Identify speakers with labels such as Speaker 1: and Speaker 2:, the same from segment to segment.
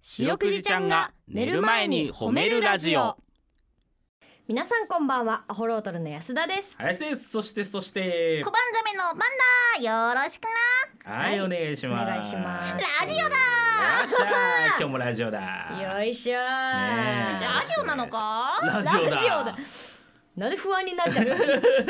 Speaker 1: 白くじちゃんが寝る前に褒めるラジオ
Speaker 2: 皆さんこんばんはアホロートルの安田です
Speaker 1: 林ですそしてそして
Speaker 3: 小判ザメのバンダーよろしく
Speaker 1: はいお願いし
Speaker 2: お
Speaker 1: ます
Speaker 2: 願いします
Speaker 3: なラジオだ
Speaker 1: よっし ゃー今日もラジオだ
Speaker 2: よいしょー、
Speaker 1: ねえ
Speaker 3: ラジオなのか
Speaker 1: ラジオ
Speaker 2: ラジオだ
Speaker 1: だ
Speaker 2: なんで不安になっちゃった の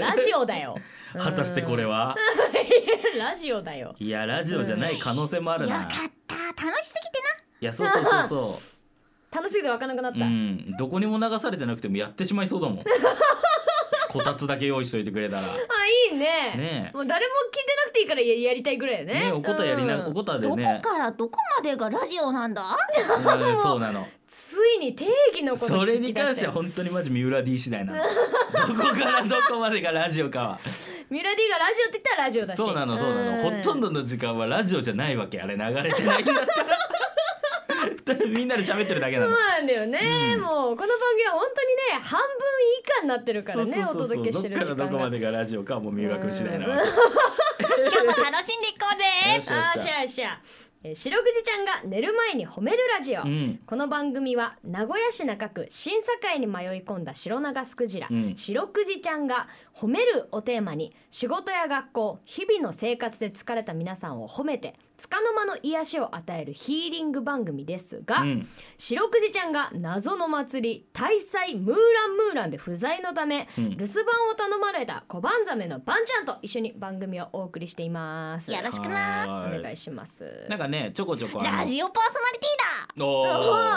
Speaker 2: ラジオだよ
Speaker 1: 果たしてこれは
Speaker 2: ラジオだよ
Speaker 1: いやラジオじゃない可能性もある
Speaker 3: よ
Speaker 1: な
Speaker 3: かった楽しすぎて
Speaker 1: いやそうそうそうそ
Speaker 2: 楽しくてわかんなくなっ
Speaker 1: うう
Speaker 2: た、
Speaker 1: んどこにも流されてなくてもやってしまいそ うだもんこたつだけ用意しといてくれたら
Speaker 2: あいいね
Speaker 1: ねえ
Speaker 2: もう誰も聞いてなくていいからややりたいぐらいよね
Speaker 1: ねおこたやりな
Speaker 2: う
Speaker 1: お
Speaker 2: ん
Speaker 1: こたで
Speaker 3: どこ
Speaker 1: ね
Speaker 3: からどこまでがラジオなんだ
Speaker 1: うんそうなの
Speaker 2: ついに定義のこと
Speaker 1: それに
Speaker 2: 聞
Speaker 1: 関
Speaker 2: き出
Speaker 1: し
Speaker 2: してた
Speaker 1: は
Speaker 2: よ
Speaker 1: 本当にマジ三浦 D 次第なのどこからどこまでがラジオかは
Speaker 2: ミラディがラジオって言ったらラジオだし
Speaker 1: そうなのそうなのほとん
Speaker 2: ど
Speaker 1: どの時間はラジオじゃないわけあれ流れてないんだったら みんなで喋ってるだけな
Speaker 2: そう
Speaker 1: の。
Speaker 2: なんだよね、
Speaker 1: うん
Speaker 2: もうこの番組は本当にね半分以下になってるからねお届けしてる時
Speaker 1: どっから
Speaker 2: 間
Speaker 1: どこ
Speaker 2: が
Speaker 1: までがラジオかはもう三浦君次第な
Speaker 2: うん
Speaker 1: わけ
Speaker 3: 今日も楽しんでいこう
Speaker 1: よ
Speaker 3: ぜ
Speaker 1: しよ
Speaker 2: あー
Speaker 1: し
Speaker 2: しゃあしゃあえー白くじちゃんが寝る前に褒めるラジオ、
Speaker 1: うん
Speaker 2: この番組は名古屋市中区審査会に迷い込んだ白長スクジラ、
Speaker 1: うん
Speaker 2: 白くじちゃんが「褒める」をテーマに仕事や学校日々の生活で疲れた皆さんを褒めて束の間の癒しを与えるヒーリング番組ですが、
Speaker 1: うん
Speaker 2: 白くじちゃんが謎の祭り大祭ムーランムーランで不在のため、
Speaker 1: うん
Speaker 2: 留守番を頼まれた小判ザメのバンちゃんと一緒に番組をお送りしています。
Speaker 3: よろしくな
Speaker 1: はーい
Speaker 2: お願いします。
Speaker 1: なんかねちょこちょこあの
Speaker 3: ラジオパーソナリテ
Speaker 1: おー
Speaker 2: わ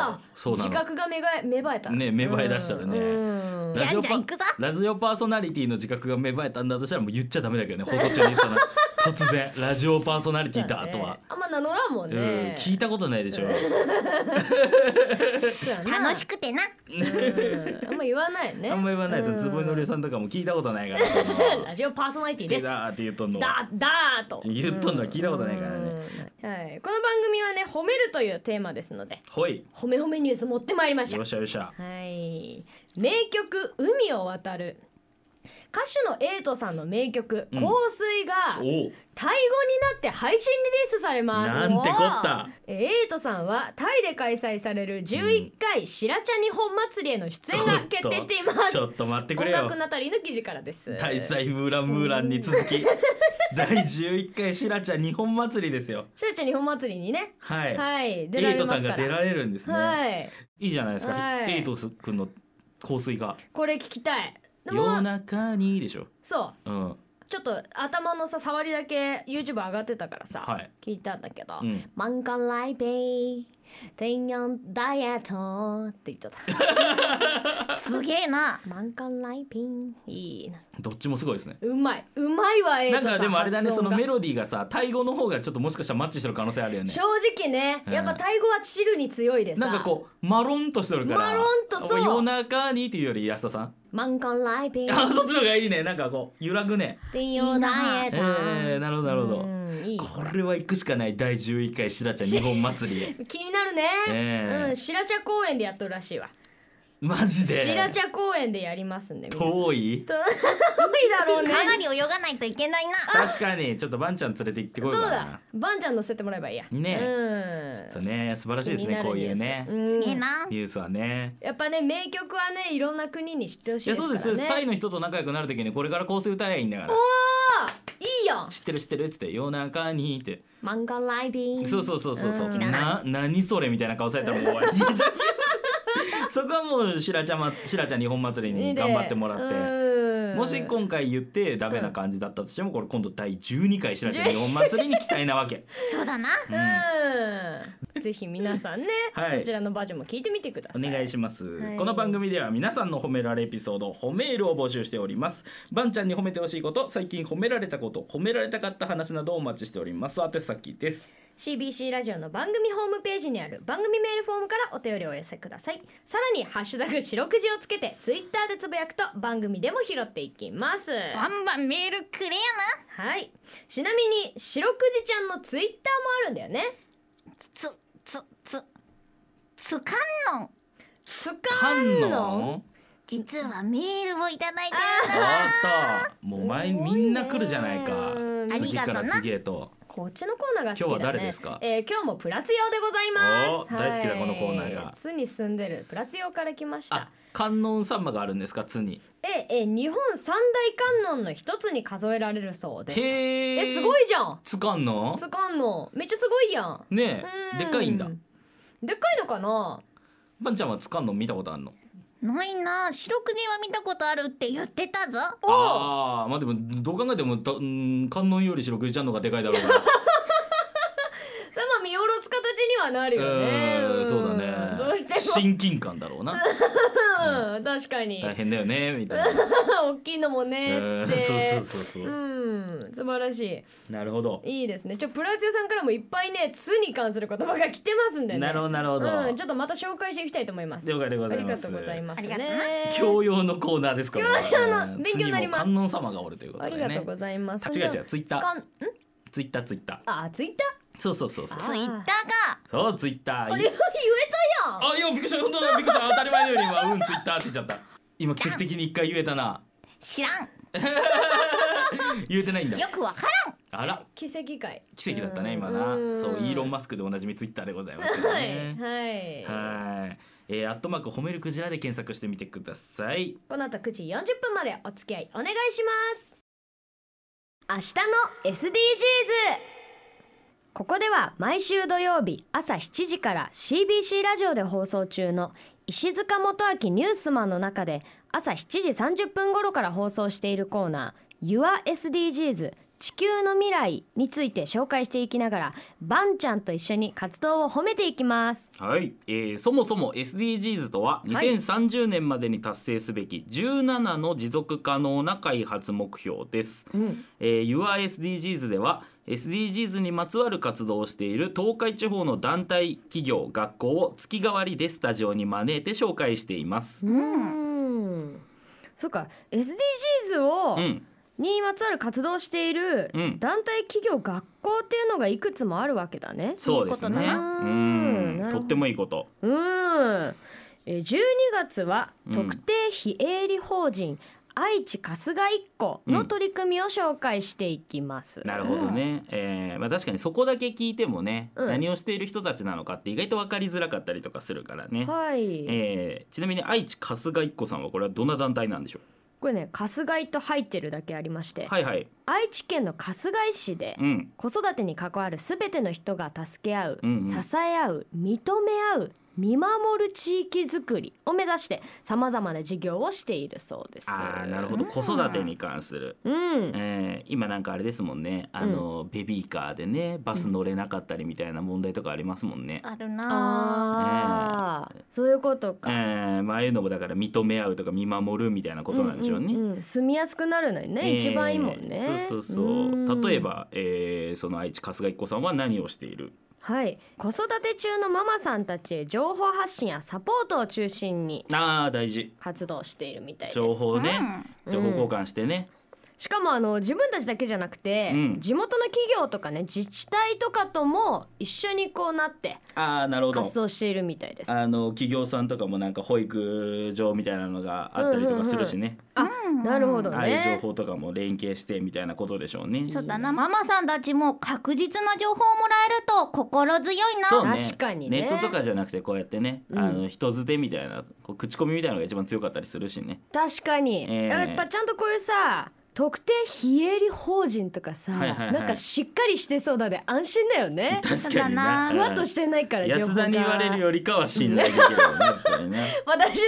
Speaker 2: あ
Speaker 1: そうな
Speaker 2: 自
Speaker 1: の
Speaker 2: 覚が芽生え芽生えた。
Speaker 1: ね芽生え出したらね
Speaker 2: うん
Speaker 3: じゃんじゃん行くぞ
Speaker 1: ラジオパーソナリティの自覚が芽生えたんだとしたらもう言っちゃダメだけどね 放送中にその突然ラジオパーソナリティだとは、
Speaker 2: あんま名乗らんもん
Speaker 1: うん
Speaker 2: ね。
Speaker 1: 聞いたことないでしょ
Speaker 3: ィだ楽しくてな
Speaker 2: うんあんま言わないよね。
Speaker 1: あ んま言わないですよ坪井のりおさんとかも聞いたことないからその
Speaker 2: ラジオパーソナリティ
Speaker 1: で
Speaker 2: です。
Speaker 1: だーって言っとんの
Speaker 2: だだーと。
Speaker 1: 言っとんのは聞いたことないからね
Speaker 2: うんはい、この番組はね褒めるというテーマですので
Speaker 1: ほい
Speaker 2: 褒め褒めニュース持ってまいりました
Speaker 1: よっしゃよっしゃ
Speaker 2: はい名曲「海を渡る」歌手のエイトさんの名曲「
Speaker 1: うん
Speaker 2: 香水」が
Speaker 1: おう
Speaker 2: タイ語になって配信リリースされ
Speaker 1: な
Speaker 2: ま
Speaker 1: ん
Speaker 2: す
Speaker 1: てこった
Speaker 2: エイトさんはタイで開催される11回白茶日本祭りへの出演が決定していま
Speaker 1: ち
Speaker 2: す
Speaker 1: ょっと待ってく
Speaker 2: 音
Speaker 1: れよ
Speaker 2: 楽のたりの記事からです
Speaker 1: 大祭ムーランムーランに続き第11回しらちゃん日本祭りですよ
Speaker 2: 白茶日本祭りにね
Speaker 1: はい、
Speaker 2: はい出ら
Speaker 1: エイ
Speaker 2: れ
Speaker 1: ト
Speaker 2: ま
Speaker 1: さん
Speaker 2: すか
Speaker 1: が出
Speaker 2: ら
Speaker 1: られるんですね、
Speaker 2: はい
Speaker 1: い、いじゃないですか、
Speaker 2: はい
Speaker 1: エイトくんの香水が
Speaker 2: これ聞きたいで
Speaker 1: 夜
Speaker 2: も
Speaker 1: 中にでしょ
Speaker 2: そう
Speaker 1: うん
Speaker 2: ちょっと頭のさ触りだけ YouTube 上がってたからさ、
Speaker 1: はい
Speaker 2: 聞いたんだけど「
Speaker 1: うん
Speaker 2: マンカンライペイ天ンダイエット」って言っちゃった
Speaker 3: すげえな
Speaker 2: 「マンカンライペイ」いいな
Speaker 1: どっちもすごいですね
Speaker 2: うまいうまいわえ
Speaker 1: なんかでもあれだねそのメロディーがさタイ語の方がちょっともしかしたらマッチしてる可能性あるよね
Speaker 2: 正直ねやっ
Speaker 1: う
Speaker 2: ぱ
Speaker 1: ん
Speaker 2: タイ語はチルに強いでさ
Speaker 1: なんかこうマロンとしてるから
Speaker 2: マロンとそう
Speaker 1: 夜中にっていうより安田さん
Speaker 2: う「マンカンライペイ
Speaker 1: あそっちの方がいいねなんかこう揺らぐね
Speaker 2: 天ンダイエット」
Speaker 1: えーなるほどなるほど
Speaker 2: うんいい
Speaker 1: これは行くしかない第11回しらちゃん日本祭りへ
Speaker 2: 気になるね、
Speaker 1: ええ
Speaker 2: うん白茶公園でやっとるらしいわ
Speaker 1: マジで
Speaker 2: 白茶公園でやりますんで皆さん
Speaker 1: 遠い
Speaker 2: と無理だろうね
Speaker 3: かなり泳がないといけないな
Speaker 1: 確かにちょっとバンちゃん連れて行ってこよう
Speaker 2: そ
Speaker 1: か
Speaker 2: うだ
Speaker 1: な
Speaker 2: バンちゃん乗せてもらえばいいや
Speaker 1: ね
Speaker 2: うん
Speaker 1: ちょっとね素晴らしいですねこういうね
Speaker 2: 気になるニュースうん
Speaker 3: すげえな
Speaker 1: ニュースはね
Speaker 2: やっぱね名曲はねいろんな国に知ってほし
Speaker 1: い
Speaker 2: いで
Speaker 1: や
Speaker 2: すか
Speaker 1: そ
Speaker 2: ら
Speaker 1: う
Speaker 2: ね
Speaker 1: ですそうですタイの人と仲良くなるときにこれから香水歌えばいいんだから
Speaker 2: あいいやん
Speaker 1: 知ってる知ってるっつって夜中にって
Speaker 2: マンガンライビン
Speaker 1: そうそうそうそうそう、
Speaker 2: うん
Speaker 1: な何それみたいな 顔されたらもう終わりそこはもう白ちゃんま白ちゃん日本祭りに頑張ってもらって。
Speaker 2: て
Speaker 1: もし今回言ってダメな感じだったとしてもこれ今度第12回白ちゃん日本祭りに期待なわけ、
Speaker 3: そうだな
Speaker 1: うん
Speaker 2: うんぜひ皆さんね
Speaker 1: はい
Speaker 2: そちらのバージョンも聞いてみてくださ
Speaker 1: お
Speaker 2: い
Speaker 1: 願いします、
Speaker 2: はい
Speaker 1: この番組では皆さんの褒められエピソード褒めールを募集しておりますバンちゃんに褒めてほしいこと最近褒められたこと褒められたかった話などをお待ちしております宛先です
Speaker 2: CBC ラジオの番組ホームページにある番組メールフォームからお便りをお寄せくださいさらに「ハッシュタグ白くじ」をつけてツイッターでつぶやくと番組でも拾っていきます
Speaker 3: バンバンメールくれやな
Speaker 2: はいちなみに白くじちゃんのツイッターもあるんだよね
Speaker 3: つつつつかんのん
Speaker 2: スカン
Speaker 1: 観
Speaker 2: ノン
Speaker 1: 音
Speaker 3: 実はメールをいただいて
Speaker 1: あったもう前みんな来るじゃない
Speaker 2: す
Speaker 1: か
Speaker 2: ごいね
Speaker 1: 次から次へと
Speaker 2: ここっちのコーナーが好きだね
Speaker 1: 今日は誰ですか
Speaker 2: えー今日もプラツ用でございます
Speaker 1: おー大好きだこのコーナーが
Speaker 2: つに住んでるプラツ用から来まし
Speaker 1: あ
Speaker 2: た、
Speaker 1: 観音さんまがあるんですか、つに。
Speaker 2: えーえー日本三大観音の一つに数えられるそうです
Speaker 1: へえ。
Speaker 2: えすご
Speaker 1: い。
Speaker 2: いじゃん
Speaker 1: つかんの。
Speaker 2: つかんのめっちゃすごいやん
Speaker 1: ね
Speaker 2: う
Speaker 1: え、でっかいんだ。
Speaker 2: でっかいのかな
Speaker 1: ばんちゃんはつかんの見たことあるの。
Speaker 3: ないな白くじは見たことあるって言ってたぞ
Speaker 2: おー
Speaker 1: ああ、まあ、でも、どう考えても、た、うん、観音より白くじちゃんの方がでかいだろうな。
Speaker 2: それはまあ見下ろす形にはなるよね
Speaker 1: うーん、そうだね。
Speaker 2: どうしても
Speaker 1: 親近感だろう
Speaker 2: う
Speaker 1: な。
Speaker 2: ん確かに
Speaker 1: 大変だよねみたいな。
Speaker 2: 大きいのもね
Speaker 1: う
Speaker 2: つっ
Speaker 1: ん
Speaker 2: て
Speaker 1: そうそうそうそう。
Speaker 2: うん素晴らし
Speaker 1: なるほど。
Speaker 2: いいいですねちょプラチオさんからもいっぱいね「つ」に関する言葉が来てますんでね
Speaker 1: なるほどなるほど。
Speaker 2: うん、ちょっとまた紹介していきたいと思います
Speaker 1: 了解でご
Speaker 2: あ
Speaker 1: ざい
Speaker 2: り
Speaker 1: ま
Speaker 2: が
Speaker 1: す。
Speaker 2: とうございますね
Speaker 3: ありがと
Speaker 1: 教養のコーナーですから、ね。
Speaker 2: 教養の勉強になります
Speaker 1: 次も観音様がおるということ
Speaker 2: あ
Speaker 1: で
Speaker 2: り
Speaker 1: ね。
Speaker 2: がとうございます
Speaker 1: あ違う違うツイッター
Speaker 2: つかんん
Speaker 1: ツイッターツイッタ
Speaker 2: あツイッター
Speaker 1: ー。そうそうそうそう
Speaker 2: あ。
Speaker 3: ツイッターが
Speaker 1: そうツイッター。
Speaker 2: あれ言え たやん
Speaker 1: あいやびっくりした本当だびっくりした当たり前のように今うんツイッターって言っちゃった。今奇跡的に一回言えたな。
Speaker 3: 知らん
Speaker 1: 言えてないんだ
Speaker 3: よ。くわからん
Speaker 1: あら
Speaker 2: 奇跡会
Speaker 1: 奇跡だったね今な。
Speaker 2: ん
Speaker 1: そうイーロンマスクでおなじみツイッターでございますよ
Speaker 2: はい
Speaker 1: ね。
Speaker 2: はい、
Speaker 1: はい。えー、アットマーク褒めるクジラで検索してみてください。
Speaker 2: この後9時40分までお付き合いお願いします明日の SDGs ここでは毎週土曜日朝7時から CBC ラジオで放送中の石塚元明ニュースマンの中で朝7時30分頃から放送しているコーナー YourSDGs 地球の未来について紹介していきながらバンちゃんと一緒に活動を褒めていきます
Speaker 1: はい、えーそもそも SDGs とは
Speaker 2: はい
Speaker 1: 2030年までに達成すべき17の持続可能な開発目標です、
Speaker 2: ん
Speaker 1: えー YourSDGs では SDGs にまつわる活動をしている東海地方の団体企業学校を月替わりでスタジオに招いて紹介しています、
Speaker 2: うんそうか SDGs を、
Speaker 1: うん、
Speaker 2: にまつわる活動をしている
Speaker 1: うん
Speaker 2: 団体企業学校っていうのがいくつもあるわけだね。
Speaker 1: そうですね
Speaker 2: いいことだな
Speaker 1: うん
Speaker 2: なるほ
Speaker 1: と
Speaker 2: ど
Speaker 1: ってもいいこと
Speaker 2: うーん。えー12月は
Speaker 1: うん
Speaker 2: 特定非営利法人、愛知春日一個の取り組みを紹介していきます。
Speaker 1: なるほどね、えーまあ、確かにそこだけ聞いてもね、
Speaker 2: うん
Speaker 1: 何をしている人たちなのかって意外と分かりづらかったりとかするからね、
Speaker 2: はい、
Speaker 1: えーちなみに愛知春日一子さんはこれはどんな団体なんでしょ
Speaker 2: これね春日井と入ってるだけありまして、
Speaker 1: うはいはい
Speaker 2: 愛知県の春日井市で
Speaker 1: うん
Speaker 2: 子育てに関わるすべての人が助け合う、
Speaker 1: うんうん
Speaker 2: 支え合う認め合う見守る地域づくりを目指してさまざまな事業をしているそうです。
Speaker 1: あーなるほど
Speaker 3: うん
Speaker 1: 子育てに関する、
Speaker 2: うん、
Speaker 1: えー今なんかあれですもんねあの、ベビーカーでねバス乗れなかったりみたいな問題とかありますもんね、
Speaker 3: あるな
Speaker 2: ああ、そういうこと
Speaker 1: え
Speaker 2: か。
Speaker 1: ーまあああいうのもだから認め合うとか見守るみたいなことなんでしょうね、
Speaker 2: んんん住みやすくなるのにね、
Speaker 1: えー
Speaker 2: 一番いいもんね。
Speaker 1: そうそうそう、
Speaker 2: ん
Speaker 1: 例え。ば、えーその愛知春日一子さんは何をしている
Speaker 2: はい、子育て中のママさんたちへ情報発信やサポートを中心に
Speaker 1: あー大事
Speaker 2: 活動しているみたいです。
Speaker 1: 情報ね、
Speaker 2: うん
Speaker 1: 情報交換してね、
Speaker 2: しかもあの自分たちだけじゃなくて、
Speaker 1: うん
Speaker 2: 地元の企業とかね自治体とかとも一緒にこうなって
Speaker 1: ああなるほど
Speaker 2: 活動しているみたいです。あ、
Speaker 1: あの企業さんとかもなんか保育所みたいなのがあったりとかするしね、
Speaker 2: なるほど
Speaker 1: ああいう情
Speaker 2: ね。
Speaker 1: 報とかも連携してみたいなことでしょうね。
Speaker 3: そうだなママさんたちも確実な情報をもらえると心強いな
Speaker 1: そうね
Speaker 2: 確かにね
Speaker 1: ネットとかじゃなくてこうやってね、
Speaker 2: うん
Speaker 1: あの人づてみたいなこう口コミみたいなのが一番強かったりするしね。
Speaker 2: 確かに、
Speaker 1: ええ
Speaker 2: やっぱちゃんとこういうさ特定非営利法人とかさ、
Speaker 1: はいはいはい
Speaker 2: なんかしっかりしてそうだで安心だよね。
Speaker 1: 確
Speaker 3: そう
Speaker 1: か
Speaker 3: だ
Speaker 1: に
Speaker 3: な
Speaker 1: な。
Speaker 2: ふわっとしててないから情報
Speaker 1: 安
Speaker 2: が
Speaker 1: 田に言われるよりかは信頼できるよね。本当 にね
Speaker 2: 私のね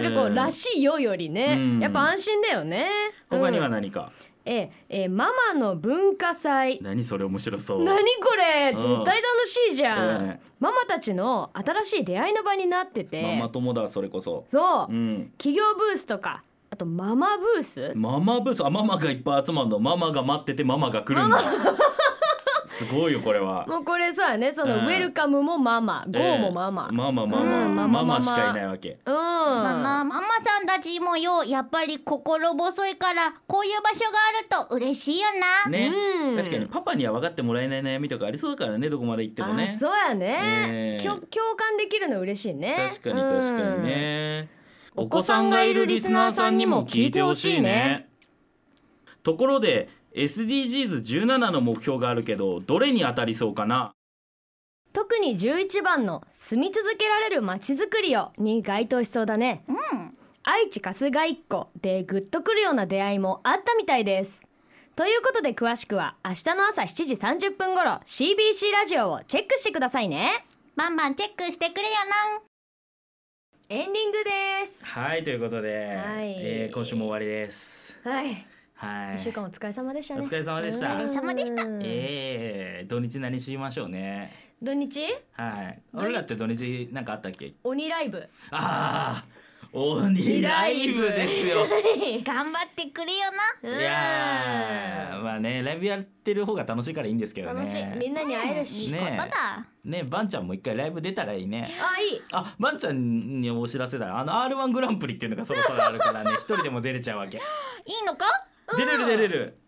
Speaker 2: なんかこう、
Speaker 1: うん
Speaker 2: らしいよよりね、
Speaker 1: うん
Speaker 2: やっぱ安心だよね。
Speaker 1: 他には
Speaker 2: うん
Speaker 1: 何か、
Speaker 2: ええええママの文化祭
Speaker 1: 何それ面白そう。
Speaker 2: 何これ
Speaker 1: うん
Speaker 2: 絶対楽しいじゃん、
Speaker 1: ええ
Speaker 2: ママたちの新しい出会いの場になってて、
Speaker 1: ママ友だそれこそ。
Speaker 2: そう、
Speaker 1: うん。
Speaker 2: 企業ブースとかあとママブース
Speaker 1: ママブースあママがいっぱい集まるのママが待っててママが来るんだ。 すごいよこれは。
Speaker 2: もうこれそうやねそ
Speaker 1: え
Speaker 2: の
Speaker 1: え
Speaker 2: ウェルカムもママ、ゴーもママ、
Speaker 1: ええまあまあまあ
Speaker 2: うん
Speaker 1: ま
Speaker 2: マ
Speaker 1: あ
Speaker 2: マ
Speaker 1: マ
Speaker 2: ママ
Speaker 1: マしかいないわけ
Speaker 3: そうだな
Speaker 2: うん
Speaker 3: ママさんたちもよやっぱり心細いからこういう場所があると嬉しいよな、
Speaker 1: ね
Speaker 2: うん
Speaker 1: 確かにパパには分かってもらえない悩みとかありそうだからねどこまで行って
Speaker 2: あ
Speaker 1: もね
Speaker 2: そうやね、
Speaker 1: ええ
Speaker 2: きょ共感できるの嬉しいね
Speaker 1: 確かに確かに、ね
Speaker 2: お子さんがいるリスナーさんにも聞いてほしいね
Speaker 1: ところで SDGs17 の目標があるけどどれに当たりそうかな
Speaker 2: 特に11番の「住み続けられるまちづくりを」に該当しそうだね
Speaker 3: うん
Speaker 2: 愛知春日一個でグッとくるような出会いもあったみたいですということで詳しくは明日の朝7時30分頃 CBC ラジオをチェックしてくださいね
Speaker 3: バンバンチェックしてくれよ
Speaker 2: エンディングです
Speaker 1: はいということで、
Speaker 2: はい
Speaker 1: えー今週も終わりです
Speaker 2: はい
Speaker 1: はい
Speaker 2: 1週間お疲れ様でしたね
Speaker 1: お疲れ様でした
Speaker 2: うん
Speaker 1: お疲
Speaker 3: れ様でした
Speaker 2: うん
Speaker 1: えー、土日何しましょうね
Speaker 2: 土日
Speaker 1: はい
Speaker 2: 土日
Speaker 1: 俺らって土日なんかあったっけ
Speaker 2: 鬼ライブ
Speaker 1: ああ鬼ライブですよ
Speaker 3: な頑張ってくれよない
Speaker 1: やーまあねライブやってる方が楽しいからいいんですけどね
Speaker 2: 楽しいみんなに会えるし、
Speaker 1: ね
Speaker 3: いいことだ
Speaker 1: ねバンちゃんも一回ライブ出たらいいね
Speaker 2: あいい
Speaker 1: あバンちゃんにお知らせだあの r 1グランプリっていうのがそろそろあるからね一人でも出れちゃうわけ
Speaker 3: いいのか
Speaker 1: 出れる出れる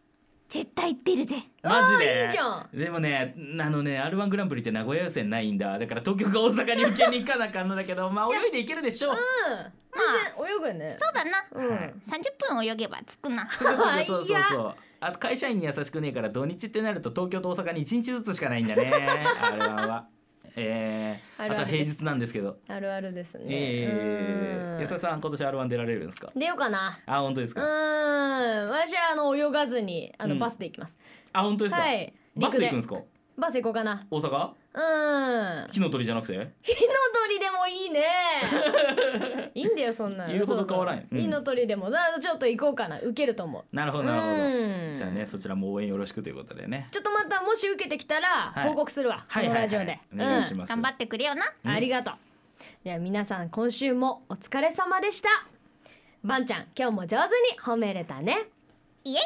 Speaker 3: 絶対出るぜ
Speaker 1: マジ
Speaker 2: あー
Speaker 1: で
Speaker 2: いいじゃん
Speaker 1: でもねあのね r 1グランプリって名古屋予選ないんだだから東京か大阪に受けに行かなあかんのだ けどまあ泳いでいけるでしょう
Speaker 2: うん全然泳ぐよね
Speaker 3: そうだな、
Speaker 2: うん
Speaker 3: 30分泳げば着くな
Speaker 1: そうそうそうそ う
Speaker 2: い
Speaker 1: そうあと会社員に優しくねえから土日ってなると東京と大阪に1日ずつしかないん だね r 1は。えー、
Speaker 2: R1
Speaker 1: あとは平日なんですけど、
Speaker 2: あるあるですね、
Speaker 1: え
Speaker 2: う
Speaker 1: ー、
Speaker 2: ん
Speaker 1: 安田さん今年 r 1出られるんですか
Speaker 2: 出ようかな
Speaker 1: あ本当です
Speaker 2: う
Speaker 1: か、
Speaker 2: ーん私はあの泳がずにあの
Speaker 1: うん
Speaker 2: バスで行きます、
Speaker 1: あ本当ですか、
Speaker 2: はい
Speaker 1: バスで行くんです
Speaker 2: か
Speaker 1: か
Speaker 2: バスで行こうかな
Speaker 1: 大阪
Speaker 2: うん
Speaker 1: 火の鳥じゃなくて
Speaker 2: 火の鳥でもいいね いいんだよそんなの
Speaker 1: 言うほど変わらんよ
Speaker 2: そうそう
Speaker 1: うん
Speaker 2: 火の鳥でもだちょっと行こうかな受けると思う
Speaker 1: なるほどなるほ
Speaker 2: うん
Speaker 1: どじゃあねそちらも応援よろしくということでね
Speaker 2: ちょっとまたもし受けてきたら
Speaker 1: はい
Speaker 2: 報告するわ、
Speaker 1: はい
Speaker 2: この
Speaker 1: はいはい
Speaker 2: ラジオで、
Speaker 1: お願いします
Speaker 3: 頑張ってくれよな
Speaker 2: うんありがとうじゃあ皆さん今週もお疲れ様でしたばんちゃん今日も上手に褒めれたね
Speaker 3: イエイ